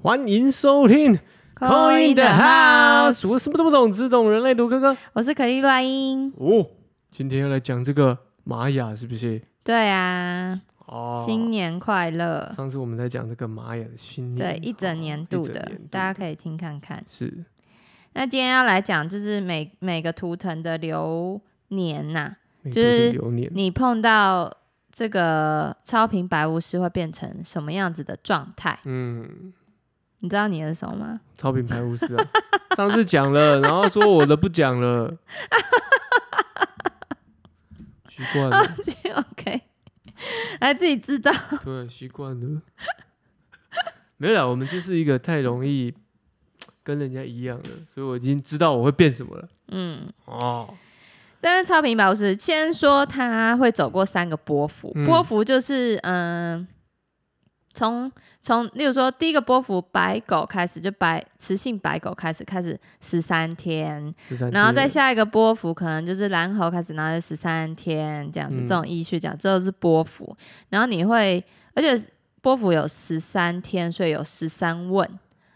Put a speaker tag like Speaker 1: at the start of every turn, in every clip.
Speaker 1: 欢迎收听《
Speaker 2: Call in the House
Speaker 1: 我什么都不懂，只懂人类读哥哥。
Speaker 2: 我是可莉乱音。
Speaker 1: 哦，今天要来讲这个玛雅，是不是？
Speaker 2: 对啊，
Speaker 1: 哦，
Speaker 2: 新年快乐！
Speaker 1: 上次我们在讲这个玛雅的新年，
Speaker 2: 对，一整年度
Speaker 1: 一整
Speaker 2: 的，
Speaker 1: 年度
Speaker 2: 大家可以听看看。
Speaker 1: 是
Speaker 2: 那今天要来讲，就是每每个图腾的流年呐、
Speaker 1: 那
Speaker 2: 就
Speaker 1: 个
Speaker 2: 是
Speaker 1: 流年，
Speaker 2: 你碰到这个超频白巫师会变成什么样子的状态？
Speaker 1: 嗯，
Speaker 2: 你知道你的什么吗？
Speaker 1: 超品牌巫师啊， 上次讲了，然后说我的不讲了， 习惯了，
Speaker 2: OK，来自己知道。
Speaker 1: 对，习惯了。没有啦，我们就是一个太容易跟人家一样了，所以我已经知道我会变什么了。
Speaker 2: 嗯，
Speaker 1: 哦，
Speaker 2: 但是超频白巫师先说他会走过三个波幅，
Speaker 1: 嗯
Speaker 2: 波幅就是嗯。从从，例如说，第一个波幅白狗开始，就白雌性白狗开始，开始十三天，
Speaker 1: 十三
Speaker 2: 然后再
Speaker 1: 天
Speaker 2: 下一个波幅可能就是蓝猴开始，然后十三天这样子，
Speaker 1: 嗯
Speaker 2: 这种依序讲，这都是波幅。然后你会，而且波幅有十三天，所以有十三问，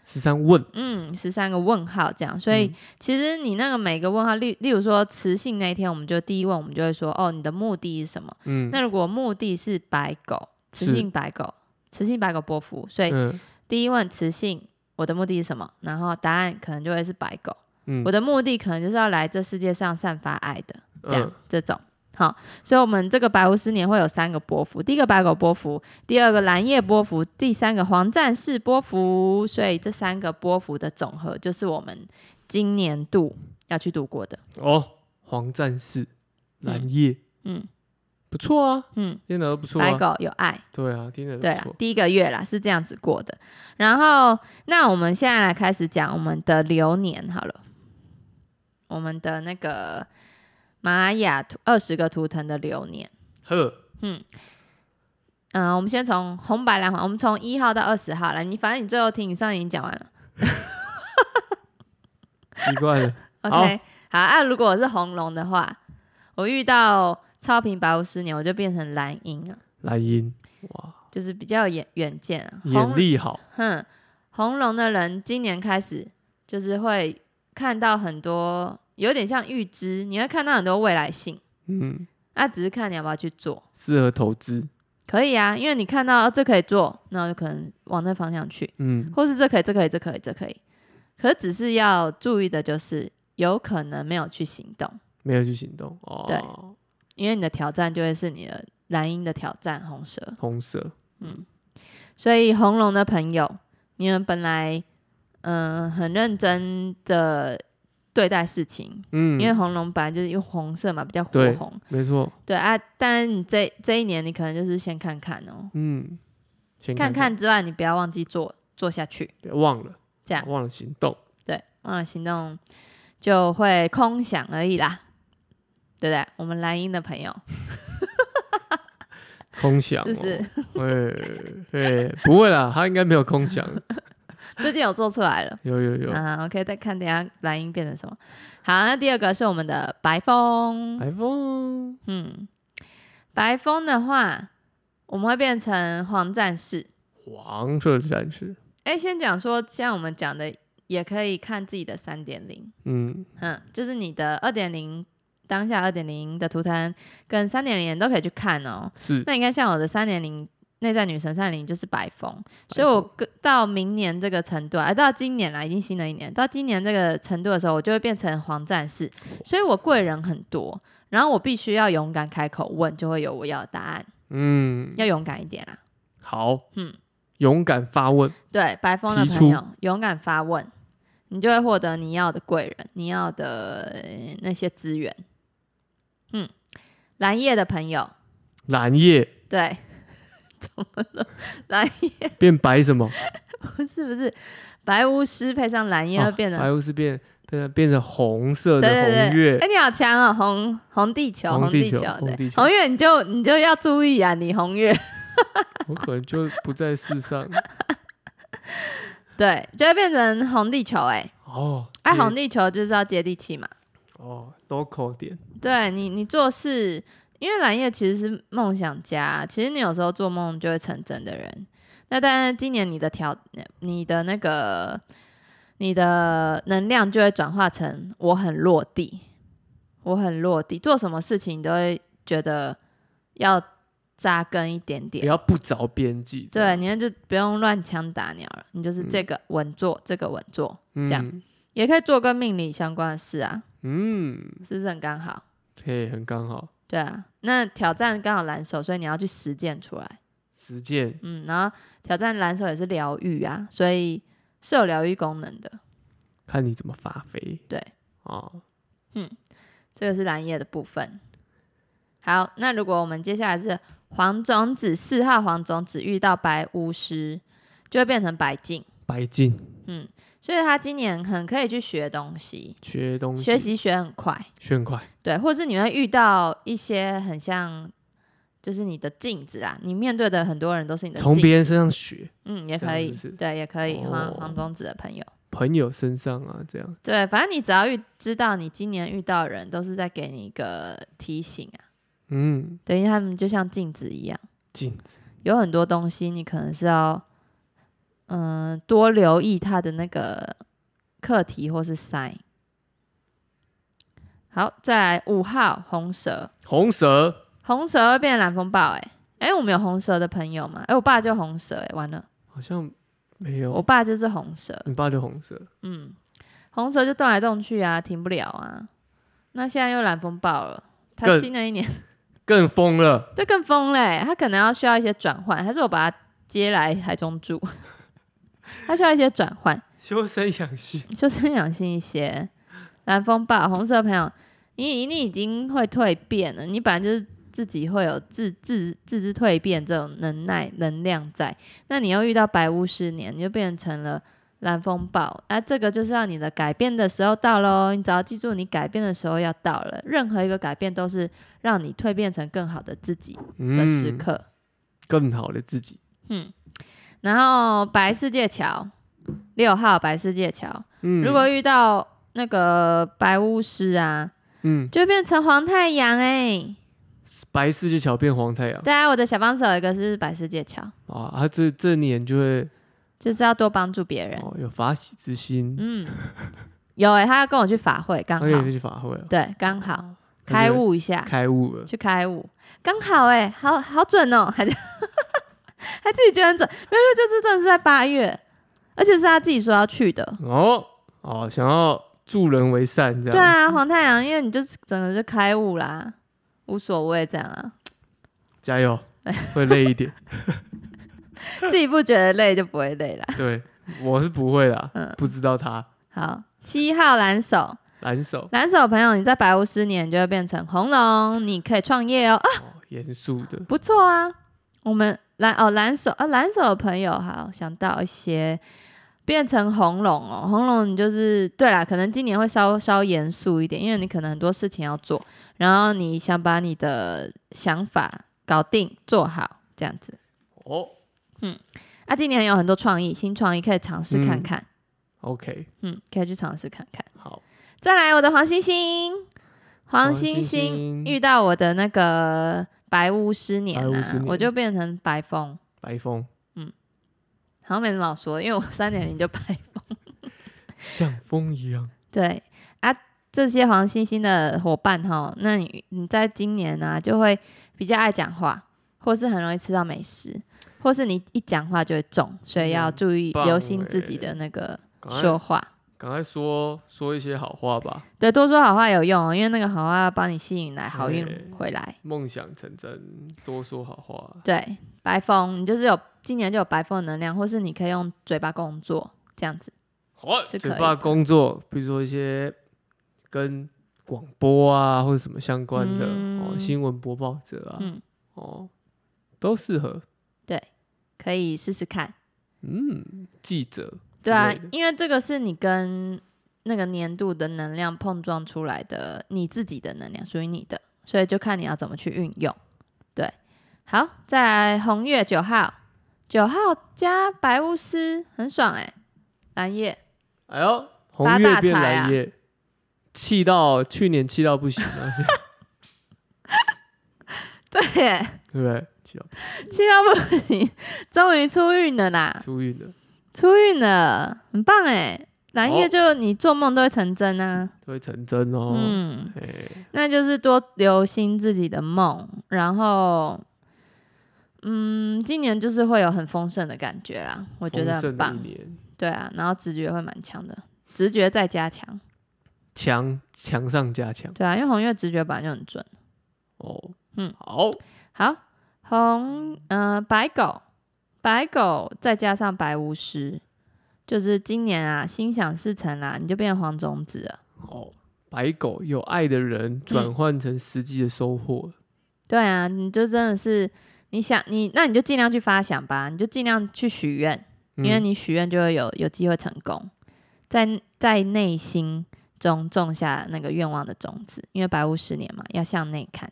Speaker 1: 十三问，
Speaker 2: 嗯，十三个问号这样。所以
Speaker 1: 嗯
Speaker 2: 其实你那个每个问号，例例如说雌性那一天，我们就第一问，我们就会说，哦，你的目的是什么？
Speaker 1: 嗯，
Speaker 2: 那如果目的是白狗，雌
Speaker 1: 是
Speaker 2: 性白狗，雌性白狗波幅，所以
Speaker 1: 嗯
Speaker 2: 第一问雌性，我的目的是什么？然后答案可能就会是白狗。
Speaker 1: 嗯
Speaker 2: 我的目的可能就是要来这世界上散发爱的，这样、
Speaker 1: 嗯
Speaker 2: 这种。好，所以我们这个白巫师年会有三个波幅，第一个白狗波幅，第二个蓝叶波幅，第三个黄战士波幅。所以这三个波幅的总和就是我们今年度要去度过的。
Speaker 1: 哦，黄战士，蓝叶，
Speaker 2: 嗯
Speaker 1: 不错啊，
Speaker 2: 嗯，
Speaker 1: 听起来都不错
Speaker 2: 白
Speaker 1: 啊，
Speaker 2: 狗有爱，
Speaker 1: 对啊，听起来都
Speaker 2: 对啊
Speaker 1: 不错，，
Speaker 2: 第一个月啦是这样子过的。然后，那我们现在来开始讲我们的流年好了，我们的那个玛雅图二十个图腾的流年。啊
Speaker 1: 呵，
Speaker 2: 嗯、我们先从红白蓝黄，我们从一号到二十号来。你反正你最后听，你上一已经讲完了。
Speaker 1: 习惯了，
Speaker 2: OK，好啊。如果我是红龙的话，我遇到超频白无十年，我就变成蓝鹰啊，
Speaker 1: 蓝音，哇，
Speaker 2: 就是比较有远远见啊。红
Speaker 1: 眼力好，
Speaker 2: 哼，红龙的人今年开始就是会看到很多，有点像预知，你会看到很多未来性，
Speaker 1: 嗯，
Speaker 2: 那、只是看你要不要去做。
Speaker 1: 适合投资，
Speaker 2: 可以啊，因为你看到、哦这可以做，那就可能往那方向去，
Speaker 1: 嗯，
Speaker 2: 或是这可以，这可以，这可以，这可以。可是只是要注意的就是，有可能没有去行动，
Speaker 1: 没有去行动，哦，
Speaker 2: 对，因为你的挑战就会是你的蓝鹰的挑战红蛇。
Speaker 1: 红色，
Speaker 2: 所以红龙的朋友，你们本来嗯、呃很认真的对待事情，
Speaker 1: 嗯
Speaker 2: 因，为红龙本来就是用红色嘛，比较火
Speaker 1: 对
Speaker 2: 红。
Speaker 1: 没错，
Speaker 2: 对啊，但你这这一年你可能就是先看看哦，
Speaker 1: 嗯，先
Speaker 2: 看
Speaker 1: 看
Speaker 2: 看之外，你不要忘记做做下去，
Speaker 1: 别忘了，
Speaker 2: 这样
Speaker 1: 忘了行动，
Speaker 2: 对，忘了啊行动就会空想而已啦，对不对？我们蓝鹰的朋友
Speaker 1: 空想、哦，
Speaker 2: 是不是
Speaker 1: 哎哎，不会啦，他应该没有空想，
Speaker 2: 最近有做出来了？
Speaker 1: 有有有，
Speaker 2: 啊，OK，再看等一下蓝鹰变成什么。好，那第二个是我们的白风，
Speaker 1: 台风，
Speaker 2: 嗯，白风的话，我们会变成黄战士。
Speaker 1: 黄色战士，
Speaker 2: 哎，先讲说，像我们讲的，也可以看自己的三点零，
Speaker 1: 嗯，
Speaker 2: 嗯，就是你的二点零当下二点零的图腾跟三点零都可以去看哦。
Speaker 1: 是
Speaker 2: 那你看，像我的三点零内在女神三点零就是白风，
Speaker 1: 白
Speaker 2: 所以我个到明年这个程度，啊，到今年啦，已经新的一年，到今年这个程度的时候，我就会变成黄战士，所以我贵人很多，然后我必须要勇敢开口问，就会有我要的答案。
Speaker 1: 嗯，
Speaker 2: 要勇敢一点啦。
Speaker 1: 好，
Speaker 2: 嗯
Speaker 1: 勇敢发问，
Speaker 2: 对，白风的
Speaker 1: 提
Speaker 2: 朋友勇敢发问，你就会获得你要的贵人，你要的呃那些资源。嗯，蓝叶的朋友，
Speaker 1: 蓝叶
Speaker 2: 对， 怎么了？蓝叶
Speaker 1: 变白什 么？
Speaker 2: 是不是白巫师配上蓝叶
Speaker 1: 啊
Speaker 2: 会变成？
Speaker 1: 白巫师变变成变成红色的
Speaker 2: 对对
Speaker 1: 红
Speaker 2: 对，
Speaker 1: 月
Speaker 2: 哎、，你好强哦，红红地球，
Speaker 1: 红
Speaker 2: 红
Speaker 1: 地
Speaker 2: 地
Speaker 1: 球
Speaker 2: 球，
Speaker 1: 红地
Speaker 2: 对，
Speaker 1: 球
Speaker 2: 红月你就你就要注意啊，你红月，
Speaker 1: 我可能就不在世上
Speaker 2: 对，就会变成红地球、哎，
Speaker 1: 哦，
Speaker 2: 哎，
Speaker 1: 接
Speaker 2: 红地球就是要接地气嘛，
Speaker 1: 哦，local 点，
Speaker 2: 对你，你做事，因为蓝叶其实是梦想家，其实你有时候做梦就会成真的人。那当然，今年你的调、你的那个、你的能量就会转化成我很落地，我很落地，做什么事情你都会觉得要扎根一点
Speaker 1: 不
Speaker 2: 点。
Speaker 1: 要不着边际。
Speaker 2: 对，你就不用乱枪打鸟了，你就是这个稳做，这个稳做，
Speaker 1: 嗯，
Speaker 2: 这样也可以做跟命理相关的事啊，
Speaker 1: 嗯，
Speaker 2: 是不是很刚好？
Speaker 1: 嘿，很刚好，
Speaker 2: 对啊，那挑战刚好蓝手，所以你要去实践出来。
Speaker 1: 实践
Speaker 2: 嗯，然后挑战蓝手也是疗愈啊，所以是有疗愈功能的。
Speaker 1: 看你怎么发挥。
Speaker 2: 对，
Speaker 1: 哦，
Speaker 2: 这个是蓝叶的部分。好，那如果我们接下来是黄种子四号黄种子遇到白巫师，就会变成白净。
Speaker 1: 白净，
Speaker 2: 嗯，所以他今年很可以去学东西，
Speaker 1: 学东西，
Speaker 2: 学习学很快，
Speaker 1: 学很快，
Speaker 2: 对，或是你会遇到一些很像，就是你的镜子啊，你面对的很多人都是你的
Speaker 1: 从
Speaker 2: 镜
Speaker 1: 别
Speaker 2: 子，
Speaker 1: 人身上学，
Speaker 2: 嗯，也
Speaker 1: 这
Speaker 2: 可
Speaker 1: 样
Speaker 2: 以，
Speaker 1: 是不是
Speaker 2: 对，也可以黄、
Speaker 1: 哦
Speaker 2: 黄种子的朋友。
Speaker 1: 朋友身上啊，这样
Speaker 2: 对，反正你只要遇知道你今年遇到的人都是在给你一个提醒啊，
Speaker 1: 嗯，
Speaker 2: 等于他们就像镜子一样，
Speaker 1: 镜子，
Speaker 2: 有很多东西你可能是要，嗯、多留意他的那个课题或是 sign。好，再来五号红蛇，
Speaker 1: 红蛇
Speaker 2: 红蛇会变成蓝风暴、欸，哎哎，我们有红蛇的朋友吗？哎、我爸就红蛇、欸，哎，完了，
Speaker 1: 好像没有，哦
Speaker 2: 我爸就是红蛇，
Speaker 1: 你爸就红蛇，
Speaker 2: 嗯，红蛇就动来动去啊，停不了啊。那现在又蓝风暴了，他
Speaker 1: 更
Speaker 2: 新的一年
Speaker 1: 更疯了，
Speaker 2: 这更疯嘞、他可能要需要一些转换，还是我把他接来台中住？ 他需要一些转换，
Speaker 1: 修身养性，
Speaker 2: 修身养性一些。蓝风暴，红色朋友，你你已经会蜕变了，你本来就是自己会有自自自知蜕变这种能耐能量在，那你又遇到白巫师年，你就变成了蓝风暴，啊，这个就是让你的改变的时候到喽，你只要记住你改变的时候要到了，任何一个改变都是让你蜕变成更好的自己的时
Speaker 1: 嗯，
Speaker 2: 刻。
Speaker 1: 更好的自己，
Speaker 2: 然后白世界桥六号白世界桥，
Speaker 1: 嗯，
Speaker 2: 如果遇到那个白巫师啊，
Speaker 1: 嗯，
Speaker 2: 就变成黄太阳哎、
Speaker 1: 白世界桥变黄太阳
Speaker 2: 对啊，我的小帮手有一个是白世界桥，
Speaker 1: 啊，他这这年就会
Speaker 2: 就是要多帮助别人。
Speaker 1: 哦有法喜之心，
Speaker 2: 嗯，有哎、他要跟我去法会，刚
Speaker 1: 他
Speaker 2: 好
Speaker 1: 可以去法会啊，
Speaker 2: 对，刚好
Speaker 1: 他就
Speaker 2: 开悟一下，
Speaker 1: 开悟了，
Speaker 2: 去开悟，刚好哎、好好准哦、 还是还自己觉得很准，没有，就是真的是在八月，而且是他自己说要去的。
Speaker 1: 哦哦，想要助人为善这样，
Speaker 2: 对啊，黄太阳，因为你就是整个就开悟啦，无所谓这样啊。
Speaker 1: 加 油，会累一点。
Speaker 2: 自己不觉得累就不会累了。
Speaker 1: 对，我是不会啦，
Speaker 2: 嗯
Speaker 1: 不知道他
Speaker 2: 好，七号蓝手，
Speaker 1: 蓝手
Speaker 2: 蓝手朋友，你在白屋十年，你就会变成红龙，你可以创业哦，啊，
Speaker 1: 哦，严肃的
Speaker 2: 不错啊。我们蓝哦蓝手啊蓝手的朋友，好想到一些变成红龙哦，红龙你就是对啦，可能今年会稍稍严肃一点，因为你可能很多事情要做，然后你想把你的想法搞定做好这样子。
Speaker 1: 哦
Speaker 2: 啊，今年有很多创意，新创意可以尝试看
Speaker 1: 嗯
Speaker 2: 看，
Speaker 1: ，OK，
Speaker 2: 嗯，可以去尝试看看。
Speaker 1: 好，
Speaker 2: 再来我的黄星星，黄星
Speaker 1: 星
Speaker 2: 星
Speaker 1: 星
Speaker 2: 遇到我的那个白巫师年
Speaker 1: 白巫
Speaker 2: 啊
Speaker 1: 师，年
Speaker 2: 我就变成白风，
Speaker 1: 白风
Speaker 2: 好像没什么好说，因为我三点零就白 风。
Speaker 1: 像风一样，
Speaker 2: 对啊，这些黄星星的伙伴哈，那你你在今年呢、啊、就会比较爱讲话，或是很容易吃到美食，或是你一讲话就会中，所以要
Speaker 1: 很
Speaker 2: 注意
Speaker 1: 嗯棒
Speaker 2: 留心自
Speaker 1: 欸
Speaker 2: 己的那个
Speaker 1: 赶
Speaker 2: 说
Speaker 1: 快
Speaker 2: 话。
Speaker 1: 赶快说说一些好话吧，
Speaker 2: 对，多说好话有用哦，因为那个好话帮你吸引来好运
Speaker 1: 对
Speaker 2: 回来。
Speaker 1: 梦想成真，多说好话，
Speaker 2: 对，白风，你就是有今年就有白风的能量，或是你可以用嘴巴工作这样子。
Speaker 1: 好，啊
Speaker 2: 是
Speaker 1: 嘴
Speaker 2: 可以
Speaker 1: 巴
Speaker 2: 的
Speaker 1: 工作，比如说一些跟广播啊或者什么相关的、哦，
Speaker 2: 嗯
Speaker 1: 新闻播报者啊，
Speaker 2: 嗯
Speaker 1: 哦，都适合，
Speaker 2: 可以试试看，
Speaker 1: 嗯，记者之
Speaker 2: 对啊
Speaker 1: 类的，
Speaker 2: 因为这个是你跟那个年度的能量碰撞出来的，你自己的能量属于你的，所以就看你要怎么去运用。对，好，再来红月九号，九号加白巫师很爽哎、蓝 叶
Speaker 1: 哎呦，红
Speaker 2: 发
Speaker 1: 月
Speaker 2: 大
Speaker 1: 变
Speaker 2: 财
Speaker 1: 蓝
Speaker 2: 啊
Speaker 1: 叶，气到啊去年气到不行了，
Speaker 2: 对耶， 啊
Speaker 1: 对不对？气到
Speaker 2: 气到不行，终于出运了啦，
Speaker 1: 出运了，
Speaker 2: 出运了，很棒哎！蓝
Speaker 1: 哦
Speaker 2: 月就你做梦都会成真啊，
Speaker 1: 都会成真哦。
Speaker 2: 嗯，
Speaker 1: 哎，
Speaker 2: 那就是多留心自己的梦，然后，嗯，今年就是会有很丰盛的感觉啦，我觉得
Speaker 1: 丰
Speaker 2: 很
Speaker 1: 盛的
Speaker 2: 棒
Speaker 1: 一，年，
Speaker 2: 对啊，然后直觉会蛮强的，直觉再加强，
Speaker 1: 强强上加强
Speaker 2: 对啊，因为红月直觉本来就很准。
Speaker 1: 哦。
Speaker 2: 嗯，
Speaker 1: 好，
Speaker 2: 好，红呃白狗，白狗再加上白巫师，就是今年啊心想事成啦，你就变黄种子了。
Speaker 1: 哦，白狗有爱的人转换成实际的收获，
Speaker 2: 对啊，你就真的是你想你，那你就尽量去发想吧，你就尽量去许愿，因为
Speaker 1: 嗯
Speaker 2: 你许愿就会有有机会成功，在在内心中种下那个愿望的种子。因为白屋十年嘛，要向内看，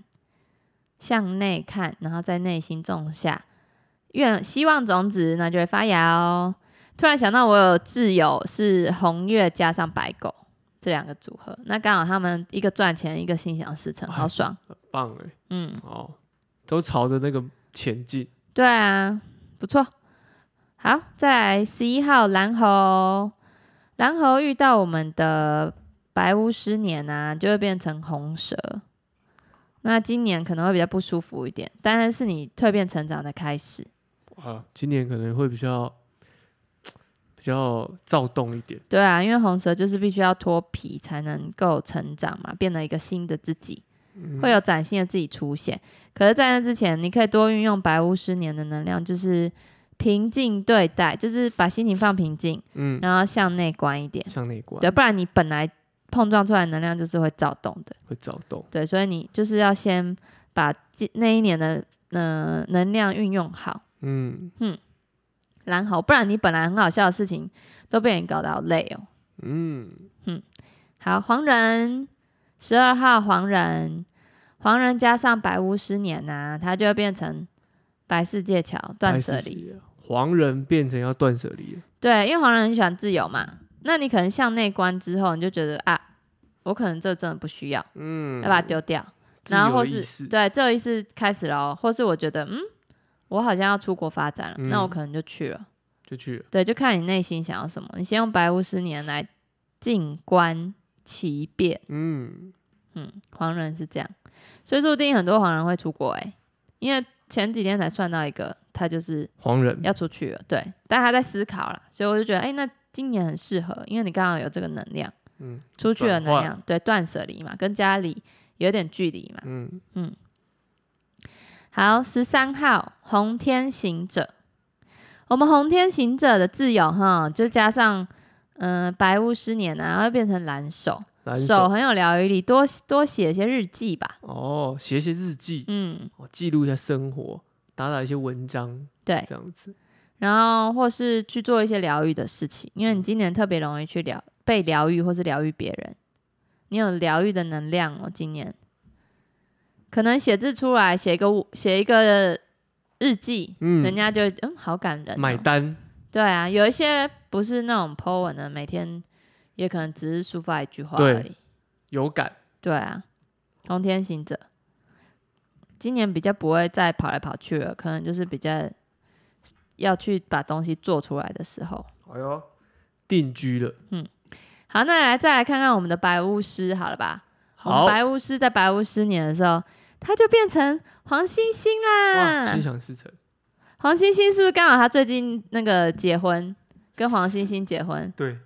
Speaker 2: 向内看，然后在内心种下愿希望种子，那就会发芽哦。突然想到，我有挚友是红月加上白狗这两个组合，那刚好他们一个赚钱，一个心想事成，好爽。
Speaker 1: 很棒哎，
Speaker 2: 嗯，
Speaker 1: 哦，都朝着那个前进。
Speaker 2: 对啊，不错。好，再来十一号蓝猴，蓝猴遇到我们的白巫师年啊，就会变成红蛇。那今年可能会比较不舒服一点，当然是你蜕变成长的开始。
Speaker 1: 啊，今年可能会比较比较躁动一点，
Speaker 2: 对啊，因为红蛇就是必须要脱皮才能够成长嘛，变得一个新的自己，会有崭新的自己出现。可是，在那之前，你可以多运用白巫师年的能量，就是平静对待，就是把心情放平静，
Speaker 1: 嗯，
Speaker 2: 然后向内观一点，
Speaker 1: 向内观
Speaker 2: 对，不然你本来碰撞出来的能量就是会躁动的，
Speaker 1: 会躁动，
Speaker 2: 对，所以你就是要先把今那一年的嗯能量运用好，
Speaker 1: 嗯
Speaker 2: 然后不然你本来很好笑的事情都被你搞得好累哦。
Speaker 1: 嗯，
Speaker 2: 好，黄人十二号黄人，黄人加上白巫师年呐、它就会变成白世界桥断舍
Speaker 1: 白
Speaker 2: 离
Speaker 1: 世。界啊，黄人变成要断舍离了，
Speaker 2: 对，因为黄人很喜欢自由嘛，那你可能向内观之后，你就觉得啊，我可能这真的不需要，
Speaker 1: 嗯
Speaker 2: 要把它丢掉。
Speaker 1: 自
Speaker 2: 然后
Speaker 1: 由
Speaker 2: 或
Speaker 1: 意
Speaker 2: 是
Speaker 1: 识
Speaker 2: 对这有意识开始喽，或是我觉得嗯，我好像要出国发展了，那我
Speaker 1: 嗯
Speaker 2: 可能就去了。
Speaker 1: 就去了，
Speaker 2: 对，就看你内心想要什么，你先用白巫师年来静观其变。
Speaker 1: 嗯，
Speaker 2: 嗯，黄人是这样，所以说不定很多黄人会出国哎、因为前几天才算到一个，他就是
Speaker 1: 黄人
Speaker 2: 要出去了，对，但他在思考啦，所以我就觉得，哎、那今年很适合，因为你刚好有这个能量，
Speaker 1: 嗯
Speaker 2: 出去的
Speaker 1: 转
Speaker 2: 能
Speaker 1: 换
Speaker 2: 量，对，断舍离嘛，跟家里有点距离嘛。
Speaker 1: 嗯，
Speaker 2: 好，十三号红天行者，我们红天行者的挚友哈，就加上嗯、呃白巫师年啊，会变成蓝手，
Speaker 1: 蓝
Speaker 2: 手
Speaker 1: 手
Speaker 2: 很有疗愈力，多多写一些日记吧，
Speaker 1: 哦，写写日记，
Speaker 2: 嗯。
Speaker 1: 哦，记录一下生活，打打一些文章，
Speaker 2: 对
Speaker 1: 这样子，
Speaker 2: 然后或是去做一些疗愈的事情，因为你今年特别容易去疗被疗愈，或是疗愈别人，你有疗愈的能量哦。今年可能写字出来，写一个写一个日记，
Speaker 1: 嗯
Speaker 2: 人家就嗯好感人、
Speaker 1: 买
Speaker 2: 哦。
Speaker 1: 单，
Speaker 2: 对啊，有一些不是那种 po 文的，每天也可能只是抒发一句话
Speaker 1: 对
Speaker 2: 而已。
Speaker 1: 有感，
Speaker 2: 对啊，红天行者今年比较不会再跑来跑去了，可能就是比较要去把东西做出来的时候。
Speaker 1: 哎呦，定居了，
Speaker 2: 好，那来再来看看我们的白巫师，好了吧？我们
Speaker 1: 好，
Speaker 2: 白巫师在白巫师年的时候，他就变成黄星星
Speaker 1: 哇，
Speaker 2: 啦
Speaker 1: 心。想事成，
Speaker 2: 黄星星是不是刚好他最近那个结婚，跟黄星星结婚，
Speaker 1: 对，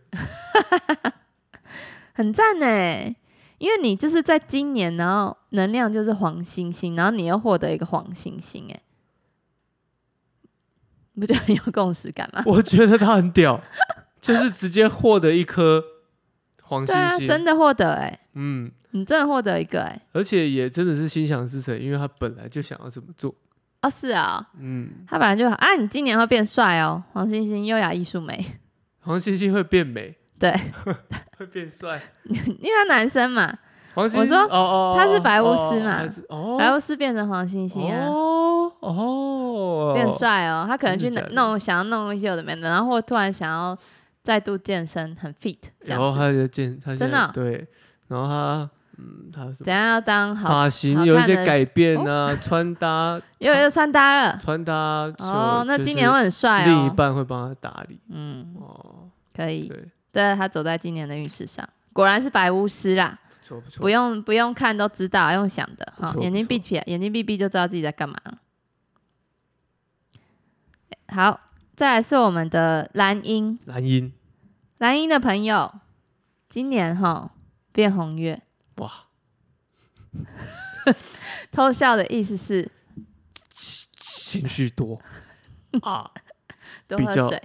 Speaker 2: 很赞呢。因为你就是在今年，然后能量就是黄星星，然后你又获得一个黄星星，哎，不就很有共识感 吗？
Speaker 1: 我觉得他很屌， 就是直接获得一颗黄
Speaker 2: 对
Speaker 1: 星
Speaker 2: 啊，
Speaker 1: 星，
Speaker 2: 真的获得哎，
Speaker 1: 嗯，
Speaker 2: 你真的获得一个哎，
Speaker 1: 而且也真的是心想事成，因为他本来就想要这么做，
Speaker 2: 哦是啊、
Speaker 1: 嗯，
Speaker 2: 他本来就好啊，你今年会变帅哦，黄星星优雅艺术美，
Speaker 1: 黄星星会变美，
Speaker 2: 对，
Speaker 1: 会变帅，
Speaker 2: 因为他男生嘛，
Speaker 1: 黄星
Speaker 2: 我
Speaker 1: 星
Speaker 2: 说
Speaker 1: 哦哦，
Speaker 2: 他是白巫
Speaker 1: 哦
Speaker 2: 师嘛
Speaker 1: 他是哦，
Speaker 2: 白巫师变成黄星星啊，
Speaker 1: 哦哦，
Speaker 2: 变，帅哦，他可能去
Speaker 1: 真的假的
Speaker 2: 弄想要弄一些有的没的，然后或突然想要再度健身，很 fit 这
Speaker 1: 然
Speaker 2: 样
Speaker 1: 后
Speaker 2: 子，
Speaker 1: 他就健，他现在
Speaker 2: 真的哦
Speaker 1: 对，然后他嗯，还有什么
Speaker 2: 怎样要当好？
Speaker 1: 发型
Speaker 2: 好
Speaker 1: 有一
Speaker 2: 看哦
Speaker 1: 些
Speaker 2: 的
Speaker 1: 改变啊，穿 搭
Speaker 2: 又又穿搭了
Speaker 1: 穿搭什么
Speaker 2: 哦，那
Speaker 1: 就是
Speaker 2: 今年会很帅哦。
Speaker 1: 另一半会帮他打理
Speaker 2: 嗯，
Speaker 1: 哦，
Speaker 2: 可以，
Speaker 1: 对，
Speaker 2: 对，他走在今年的运势上，果然是白巫师啦，
Speaker 1: 不错不
Speaker 2: 不
Speaker 1: 错，
Speaker 2: 用不用看都知道，用想的
Speaker 1: 不
Speaker 2: 哈
Speaker 1: 错，
Speaker 2: 眼睛
Speaker 1: 不错
Speaker 2: 闭起来，眼睛闭闭就知道自己在干嘛了。好，再来是我们的蓝鹰，
Speaker 1: 蓝音
Speaker 2: 蓝鹰的朋友，今年哈变红月，
Speaker 1: 哇，
Speaker 2: 偷笑的意思是
Speaker 1: 情绪多啊，
Speaker 2: 多
Speaker 1: 比
Speaker 2: 喝
Speaker 1: 较
Speaker 2: 水，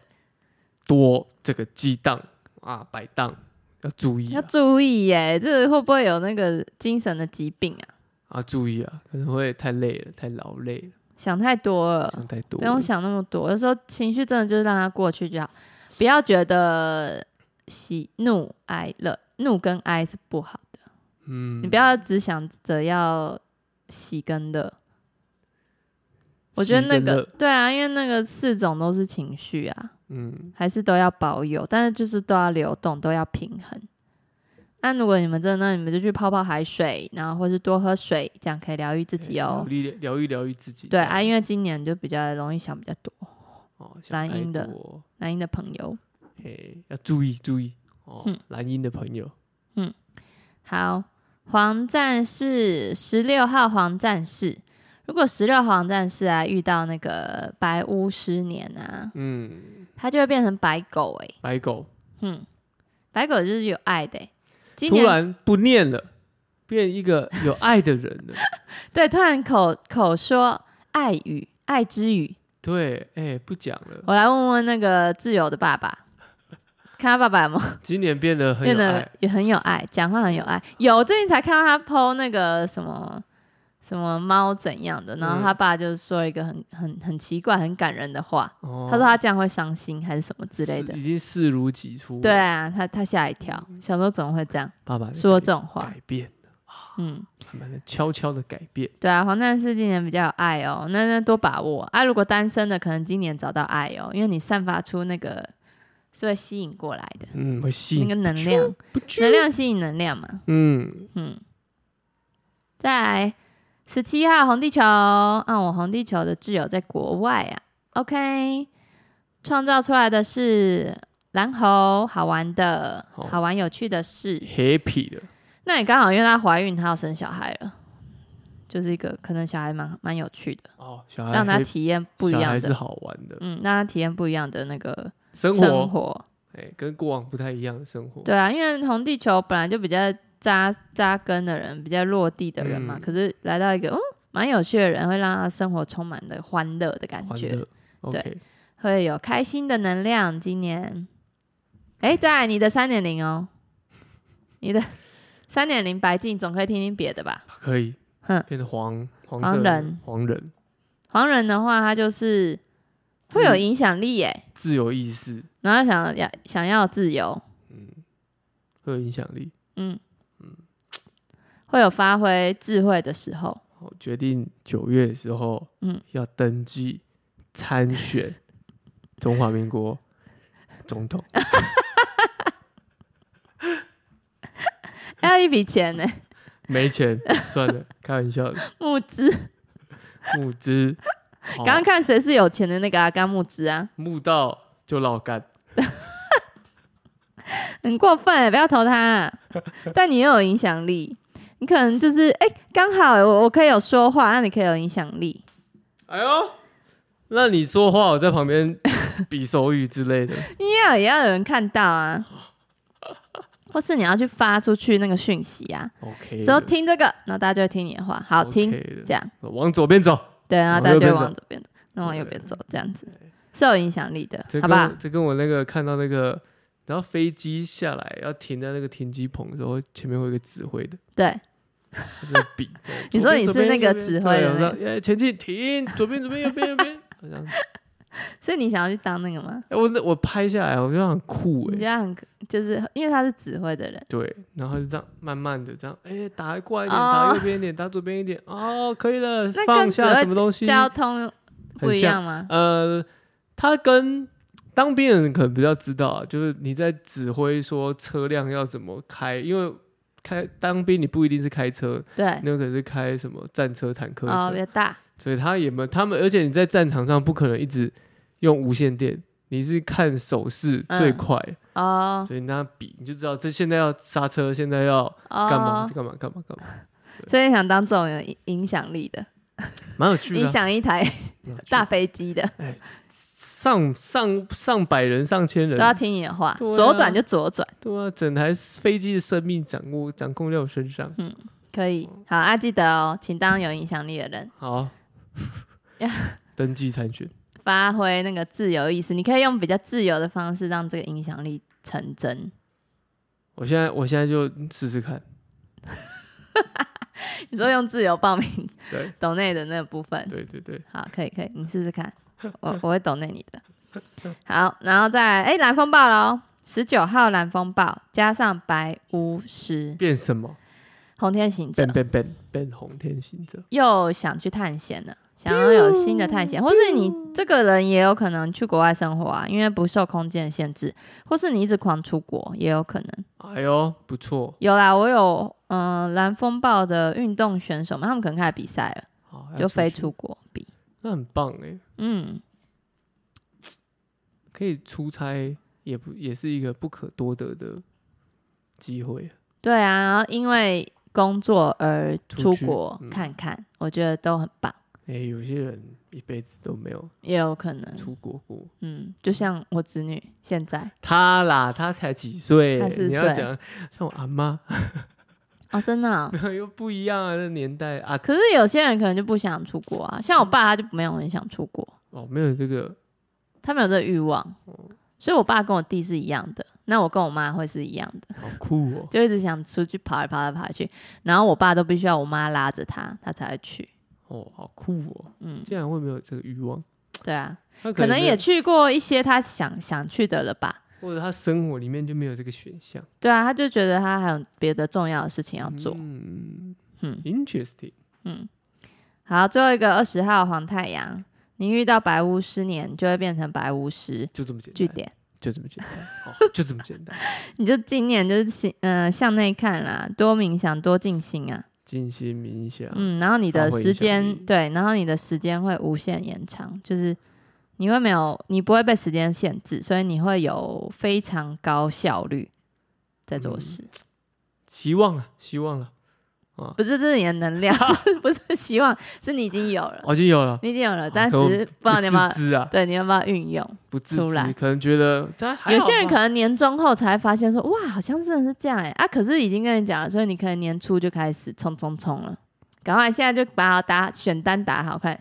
Speaker 1: 多这个激荡啊，摆荡要注意
Speaker 2: 要
Speaker 1: 啊
Speaker 2: 注意耶，这会不会有那个精神的疾病啊？
Speaker 1: 啊，注意啊，可能会太累了，太劳累了，
Speaker 2: 想太多了，
Speaker 1: 想太多
Speaker 2: 哦不
Speaker 1: 了，
Speaker 2: 用想那么多。有时候情绪真的就是让它过去就好，不要觉得喜怒哀乐，怒跟哀是不好的。
Speaker 1: 嗯，
Speaker 2: 你不要只想着要喜跟乐。我觉得
Speaker 1: 喜
Speaker 2: 那
Speaker 1: 跟
Speaker 2: 个
Speaker 1: 乐
Speaker 2: 对啊，因为那个四种都是情绪啊，
Speaker 1: 嗯，
Speaker 2: 还是都要保有，但是就是都要流动，都要平衡。那如果你们真的，那你们就去泡泡海水，然后或是多喝水，这样可以疗愈自己哦
Speaker 1: 疗。愈哦疗愈疗愈自己这
Speaker 2: 对
Speaker 1: 样，
Speaker 2: 啊，因为今年就比较容易想比较多，
Speaker 1: 哦，想
Speaker 2: 蓝
Speaker 1: 太
Speaker 2: 音的
Speaker 1: 多
Speaker 2: 男音的朋友。
Speaker 1: 嘿，要注意注意哦
Speaker 2: 嗯，
Speaker 1: 蓝音的朋友
Speaker 2: 好，黄战士十六号黄战士，如果十六黄战士啊遇到那个白巫师年啊，
Speaker 1: 嗯，
Speaker 2: 他就会变成白狗哎、
Speaker 1: 白狗
Speaker 2: 嗯，白狗就是有爱的、欸。今
Speaker 1: 突
Speaker 2: 年
Speaker 1: 然不念了，变一个有爱的人 了。
Speaker 2: 对，突然口口说爱语，爱之语。
Speaker 1: 对，哎，不讲了。
Speaker 2: 我来问问那个挚友的爸爸，看他爸爸有没有
Speaker 1: 今年变得很
Speaker 2: 变
Speaker 1: 有
Speaker 2: 得
Speaker 1: 爱，
Speaker 2: 也很有爱，讲话很有爱。有最近才看到他 PO 那个什么什么猫怎样的，
Speaker 1: 嗯
Speaker 2: 然后他爸就说一个很很很奇怪、很感人的话，
Speaker 1: 哦
Speaker 2: 他说他这样会伤心还是什么之类的
Speaker 1: 是。已经视如己出了。
Speaker 2: 对啊，他他吓一跳，
Speaker 1: 嗯
Speaker 2: 想说怎么会这样
Speaker 1: 爸爸
Speaker 2: 说
Speaker 1: 这
Speaker 2: 这种话？
Speaker 1: 改变，
Speaker 2: 嗯，
Speaker 1: 慢慢的悄悄的改变。
Speaker 2: 对啊，黄战士今年比较有爱哦，那那多把握啊。如果单身的，可能今年找到爱哦，因为你散发出那个是会吸引过来的
Speaker 1: 嗯，会吸
Speaker 2: 那
Speaker 1: 引
Speaker 2: 个能量，
Speaker 1: 不去
Speaker 2: 能量吸引能量嘛。
Speaker 1: 嗯，
Speaker 2: 嗯，再来十七号红地球，啊，我红地球的挚友在国外啊，OK，创造出来的是蓝猴，好玩的，
Speaker 1: 好
Speaker 2: 好玩有趣的事。
Speaker 1: happy 的，
Speaker 2: 那你刚好因为她怀孕，她要生小孩了，就是一个可能小孩蛮蛮有趣的，
Speaker 1: 哦，小孩
Speaker 2: 让她
Speaker 1: happy，
Speaker 2: 体验不一
Speaker 1: 小孩
Speaker 2: 样
Speaker 1: 是
Speaker 2: 的，
Speaker 1: 好玩的
Speaker 2: 嗯，让她体验不一样的那个
Speaker 1: 生
Speaker 2: 生
Speaker 1: 活，
Speaker 2: 活。
Speaker 1: 哎，跟过往不太一样的生活。
Speaker 2: 对啊，因为红地球本来就比较扎扎根的人，比较落地的人嘛，
Speaker 1: 嗯
Speaker 2: 可是来到一个嗯蛮有趣的人，会让他生活充满了欢乐的感
Speaker 1: 欢
Speaker 2: 觉
Speaker 1: 乐，，OK，
Speaker 2: 会有开心的能量。今年，哎，在你的三点零哦，你的三点零白净，总可以听听别的吧。
Speaker 1: 可以
Speaker 2: 哼，
Speaker 1: 变得黄黄
Speaker 2: 黄
Speaker 1: 色的
Speaker 2: 人
Speaker 1: 黄人
Speaker 2: 黄人的话，他就是会有影响力耶，
Speaker 1: 自由意识，
Speaker 2: 然后想要想要自由，
Speaker 1: 会有影响力，
Speaker 2: 嗯会有发挥智慧的时候。
Speaker 1: 我哦决定九月的时候，
Speaker 2: 嗯
Speaker 1: 要登记参 选中华民国总统。
Speaker 2: 要一笔钱呢，
Speaker 1: 没钱， 算了，开玩笑的。
Speaker 2: 募资
Speaker 1: 募资，好
Speaker 2: 刚刚看谁是有钱的那个啊，刚木子啊，
Speaker 1: 募到就老干，
Speaker 2: 很过分、欸，不要投他、 啊。但你又有影响力，你可能就是哎，刚、好我我可以有说话，那你可以有影响力。
Speaker 1: 哎呦，那你说话，我在旁边比手语之类的，
Speaker 2: 你也要也要有人看到啊，或是你要去发出去那个讯息啊，
Speaker 1: OK 的。
Speaker 2: 说听这个，然后大家就会听你的话，好
Speaker 1: OK 哦
Speaker 2: 听
Speaker 1: 的
Speaker 2: 这样
Speaker 1: 往左边走，
Speaker 2: 对，然后大家就会往左边走，那往
Speaker 1: 对
Speaker 2: 右边走，这样子是有影响力的，
Speaker 1: 这
Speaker 2: 好
Speaker 1: 跟
Speaker 2: 吧
Speaker 1: 我？这跟我那个看到那个，然后飞机下来要停在那个停机棚的时候，前面会有一个指挥的，
Speaker 2: 对，
Speaker 1: 他就比。这样
Speaker 2: 你说你
Speaker 1: 左边
Speaker 2: 是那个
Speaker 1: 左边
Speaker 2: 指挥的
Speaker 1: 对我
Speaker 2: 那个
Speaker 1: 说哎，前进，停，左边，左边，右边，右边。这样子，
Speaker 2: 所以你想要去当那个吗？
Speaker 1: 哎，我那我拍下来，我觉得很酷
Speaker 2: 你
Speaker 1: 哎
Speaker 2: 觉。得很就是因为他是指挥的人，
Speaker 1: 对，然后就这样慢慢的这样，哎、打过来一点，
Speaker 2: 哦
Speaker 1: 打右边一点，打左边一点，哦，可以了
Speaker 2: 那，
Speaker 1: 放
Speaker 2: 跟
Speaker 1: 下
Speaker 2: 指挥
Speaker 1: 什么东西？
Speaker 2: 交通不一
Speaker 1: 很像
Speaker 2: 样吗？
Speaker 1: 呃，他跟当兵的人可能比较知道啊，就是你在指挥说车辆要怎么开，因为开当兵你不一定是开车，
Speaker 2: 对，
Speaker 1: 那可是开什么战车、坦克
Speaker 2: 哦，比
Speaker 1: 车，
Speaker 2: 较大，
Speaker 1: 所以他也没有他们，而且你在战场上不可能一直用无线电，你是看手势最
Speaker 2: 嗯
Speaker 1: 快，
Speaker 2: 哦
Speaker 1: 所以你拿笔你就知道这现在要刹车，现在要
Speaker 2: 哦，
Speaker 1: 干嘛、这干嘛干嘛干嘛，
Speaker 2: 所以想当这种有影影响力的，
Speaker 1: 蛮有趣的
Speaker 2: 你
Speaker 1: 啊、
Speaker 2: 想一台
Speaker 1: 蛮有趣的
Speaker 2: 大飞机的
Speaker 1: 上上上百人、上千
Speaker 2: 都
Speaker 1: 人，
Speaker 2: 要听你的话，
Speaker 1: 对啊
Speaker 2: 左转就左转，
Speaker 1: 对啊，整台飞机的生命掌握掌控在我身上。
Speaker 2: 可以，好啊，记得哦，请当有影响力的人，
Speaker 1: 好， 登记参选。
Speaker 2: 发挥那个自由意识，你可以用比较自由的方式让这个影响力成真。
Speaker 1: 我现在我现在就试试看。
Speaker 2: 你说用自由报名
Speaker 1: 对
Speaker 2: 抖内的那个部分，
Speaker 1: 对对对，
Speaker 2: 好，可以可以，你试试看， 我我会抖内你的。好，然后再来哎，蓝风暴喽，十九号蓝风暴加上白巫师，
Speaker 1: 变什么
Speaker 2: 红天行者
Speaker 1: 变变变变红天行者？
Speaker 2: 又想去探险了，想要有新的探险，或是你这个人也有可能去国外生活啊，因为不受空间的限制，或是你一直狂出国也有可能。
Speaker 1: 哎呦，不错。
Speaker 2: 有啦，我有嗯、呃蓝风暴的运动选手们，他们可能开始比赛了，
Speaker 1: 好，要
Speaker 2: 就飞
Speaker 1: 去，
Speaker 2: 出国比。
Speaker 1: 那很棒哎、
Speaker 2: 嗯，
Speaker 1: 可以出差，也不也是一个不可多得的机会。
Speaker 2: 对啊，然后因为工作而出
Speaker 1: 出去
Speaker 2: 国
Speaker 1: 嗯
Speaker 2: 看看，我觉得都很棒，
Speaker 1: 哎、有些人一辈子都没有
Speaker 2: 也有可能，
Speaker 1: 出国过。
Speaker 2: 嗯，就像我侄女现在
Speaker 1: 他啦，他才几岁
Speaker 2: 他，四
Speaker 1: 你要
Speaker 2: 岁
Speaker 1: 讲像我阿妈
Speaker 2: 哦，真的哦、
Speaker 1: 又不一样啊，那年代啊，
Speaker 2: 可是有些人可能就不想出国啊，像我爸他就没有很想出国，
Speaker 1: 哦，没有这个
Speaker 2: 他没有这个欲望，所以我爸跟我弟是一样的，那我跟我妈会是一样的，
Speaker 1: 好酷哦，
Speaker 2: 就一直想出去跑来跑来跑来去，然后我爸都必须要我妈拉着他，他才会去。
Speaker 1: 哦，好酷哦，
Speaker 2: 嗯，
Speaker 1: 竟然会没有这个欲望，
Speaker 2: 对啊，
Speaker 1: 他
Speaker 2: 可能
Speaker 1: 没有
Speaker 2: 也去过一些他想想去的了吧。
Speaker 1: 或者他生活里面就没有这个选项
Speaker 2: 对啊，他就觉得他还有别的重要的事情要做。
Speaker 1: 嗯
Speaker 2: 嗯
Speaker 1: ，interesting，
Speaker 2: 好，最后一个二十号黄太阳，你遇到白巫师年就会变成白巫师，
Speaker 1: 就这么简
Speaker 2: 据
Speaker 1: 单，
Speaker 2: 点。
Speaker 1: 就这么简单，好，就这么简单，
Speaker 2: 你就今年就是行，呃，向内看啦，多冥想，多静心啊，
Speaker 1: 静心冥想，
Speaker 2: 嗯，然后你的
Speaker 1: 啊发挥嗯
Speaker 2: 时
Speaker 1: 影响
Speaker 2: 间
Speaker 1: 力
Speaker 2: 对，然后你的时间会无限延长，就是你会没有，你不会被时间限制，所以你会有非常高效率在做
Speaker 1: 嗯
Speaker 2: 事，
Speaker 1: 希望了，希望啊了，
Speaker 2: 不是这是你的能 量，不是希望，是你已经有了，
Speaker 1: 哦我已经有了，
Speaker 2: 你已经有了，
Speaker 1: 好
Speaker 2: 但只
Speaker 1: 哦可我
Speaker 2: 是不知道你有没有
Speaker 1: 自。知啊，
Speaker 2: 对，你要不要运用？
Speaker 1: 不自
Speaker 2: 出来
Speaker 1: 知，可能觉得他还
Speaker 2: 有
Speaker 1: 好
Speaker 2: 些人
Speaker 1: 吧
Speaker 2: 可能年终后才发现说，哇，好像真的是这样哎、啊！可是已经跟你讲了，所以你可能年初就开始冲冲冲了，赶快现在就把打选单打好，快！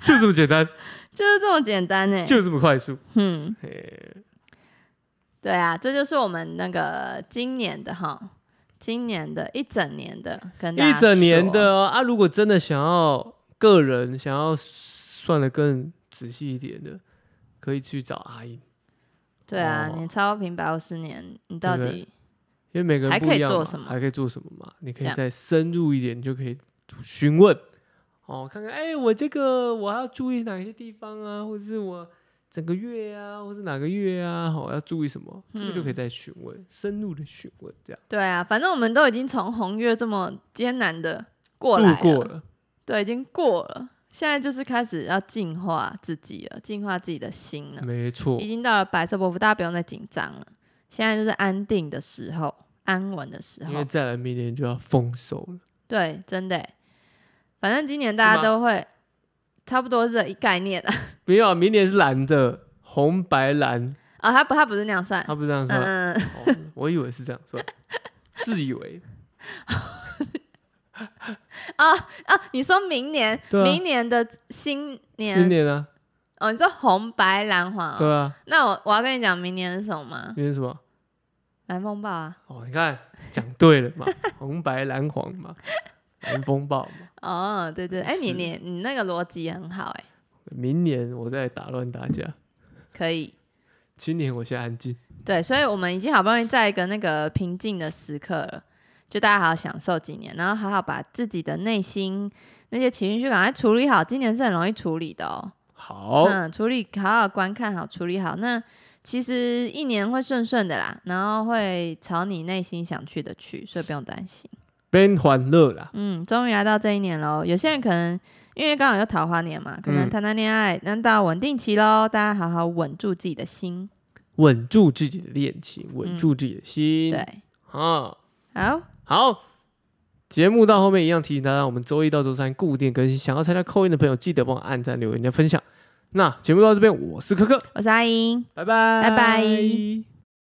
Speaker 1: 就这么简单，
Speaker 2: 就是这么简单哎、
Speaker 1: 就这么快速，
Speaker 2: 嗯，
Speaker 1: 嘿
Speaker 2: 对啊，这就是我们那个今年的哈，今年的一整年的跟大家
Speaker 1: 一整年
Speaker 2: 说
Speaker 1: 的哦啊，如果真的想要个人想要算的更仔细一点的，可以去找阿英，
Speaker 2: 对啊，
Speaker 1: 哦
Speaker 2: 你超平白五十年，你到
Speaker 1: 对不
Speaker 2: 底
Speaker 1: 因为每个人
Speaker 2: 还
Speaker 1: 不
Speaker 2: 可以
Speaker 1: 一样嘛
Speaker 2: 做什么
Speaker 1: 还可以做什么嘛？你可
Speaker 2: 这
Speaker 1: 以
Speaker 2: 样
Speaker 1: 再深入一点，你就可以询问哦，看看哎、我这个我还要注意哪些地方啊，或者是我整个月啊，或是哪个月啊，好、要注意什么，这个就可以再询问，
Speaker 2: 嗯
Speaker 1: 深入的询问，这样
Speaker 2: 对啊，反正我们都已经从红月这么艰难的过来
Speaker 1: 度过了，
Speaker 2: 对，已经过了，现在就是开始要净化自己了，净化自己的心了，
Speaker 1: 没错
Speaker 2: 已，经到了白色波幅，大家不用再紧张了，现在就是安定的时候，安稳的时
Speaker 1: 因为
Speaker 2: 候，
Speaker 1: 再来明年就要丰收了。
Speaker 2: 对，真的欸，反正今年大家
Speaker 1: 吗
Speaker 2: 都会差不多是这一概念 啊，
Speaker 1: 没有，明年是蓝的，红白蓝，
Speaker 2: 啊、他不，他不是那样算，
Speaker 1: 他不是这样哦算，
Speaker 2: 嗯，嗯
Speaker 1: 哦、我以为是这样算，自以为
Speaker 2: 嗯啊，你说明年，
Speaker 1: 对啊
Speaker 2: 明年的新年，
Speaker 1: 新年啊，
Speaker 2: 哦，你说红白蓝黄、哦，
Speaker 1: 对啊，嗯
Speaker 2: 那我我要跟你讲明年是什么吗？
Speaker 1: 明年什么？
Speaker 2: 蓝风暴啊，
Speaker 1: 哦，你看讲对了嘛，红白蓝黄嘛，蓝风暴嘛，
Speaker 2: 哦，对对，哎，你
Speaker 1: 是
Speaker 2: 你你那个逻辑很好，哎。
Speaker 1: 明年我再打乱大家，
Speaker 2: 可以，
Speaker 1: 今年我先安静，
Speaker 2: 对，所以我们已经好不容易在一个那个平静的时刻了，就大家好好享受几年，然后好好把自己的内心那些情绪赶快处理好。今年是很容易处理的哦，
Speaker 1: 好，
Speaker 2: 嗯，处理好好观看好，处理好。那其实一年会顺顺的啦，然后会朝你内心想去的去，所以不用担心。
Speaker 1: 边欢乐啦，
Speaker 2: 嗯，终于来到这一年喽。有些人可能因为刚好又桃花年嘛，可能
Speaker 1: 嗯
Speaker 2: 谈谈恋爱，那到稳定期喽，大家好好稳住自己的心。
Speaker 1: 稳住自己的恋情，稳
Speaker 2: 嗯
Speaker 1: 住自己的心。
Speaker 2: 对，
Speaker 1: 啊，
Speaker 2: 好，
Speaker 1: 好。节目到后面一样提醒大家，我们周一到周三固定更新。想要参加扣音的朋友，记得帮我按赞、留言、加分享。那节目到这边，我是柯柯，
Speaker 2: 我是阿英。
Speaker 1: 拜拜，
Speaker 2: 拜拜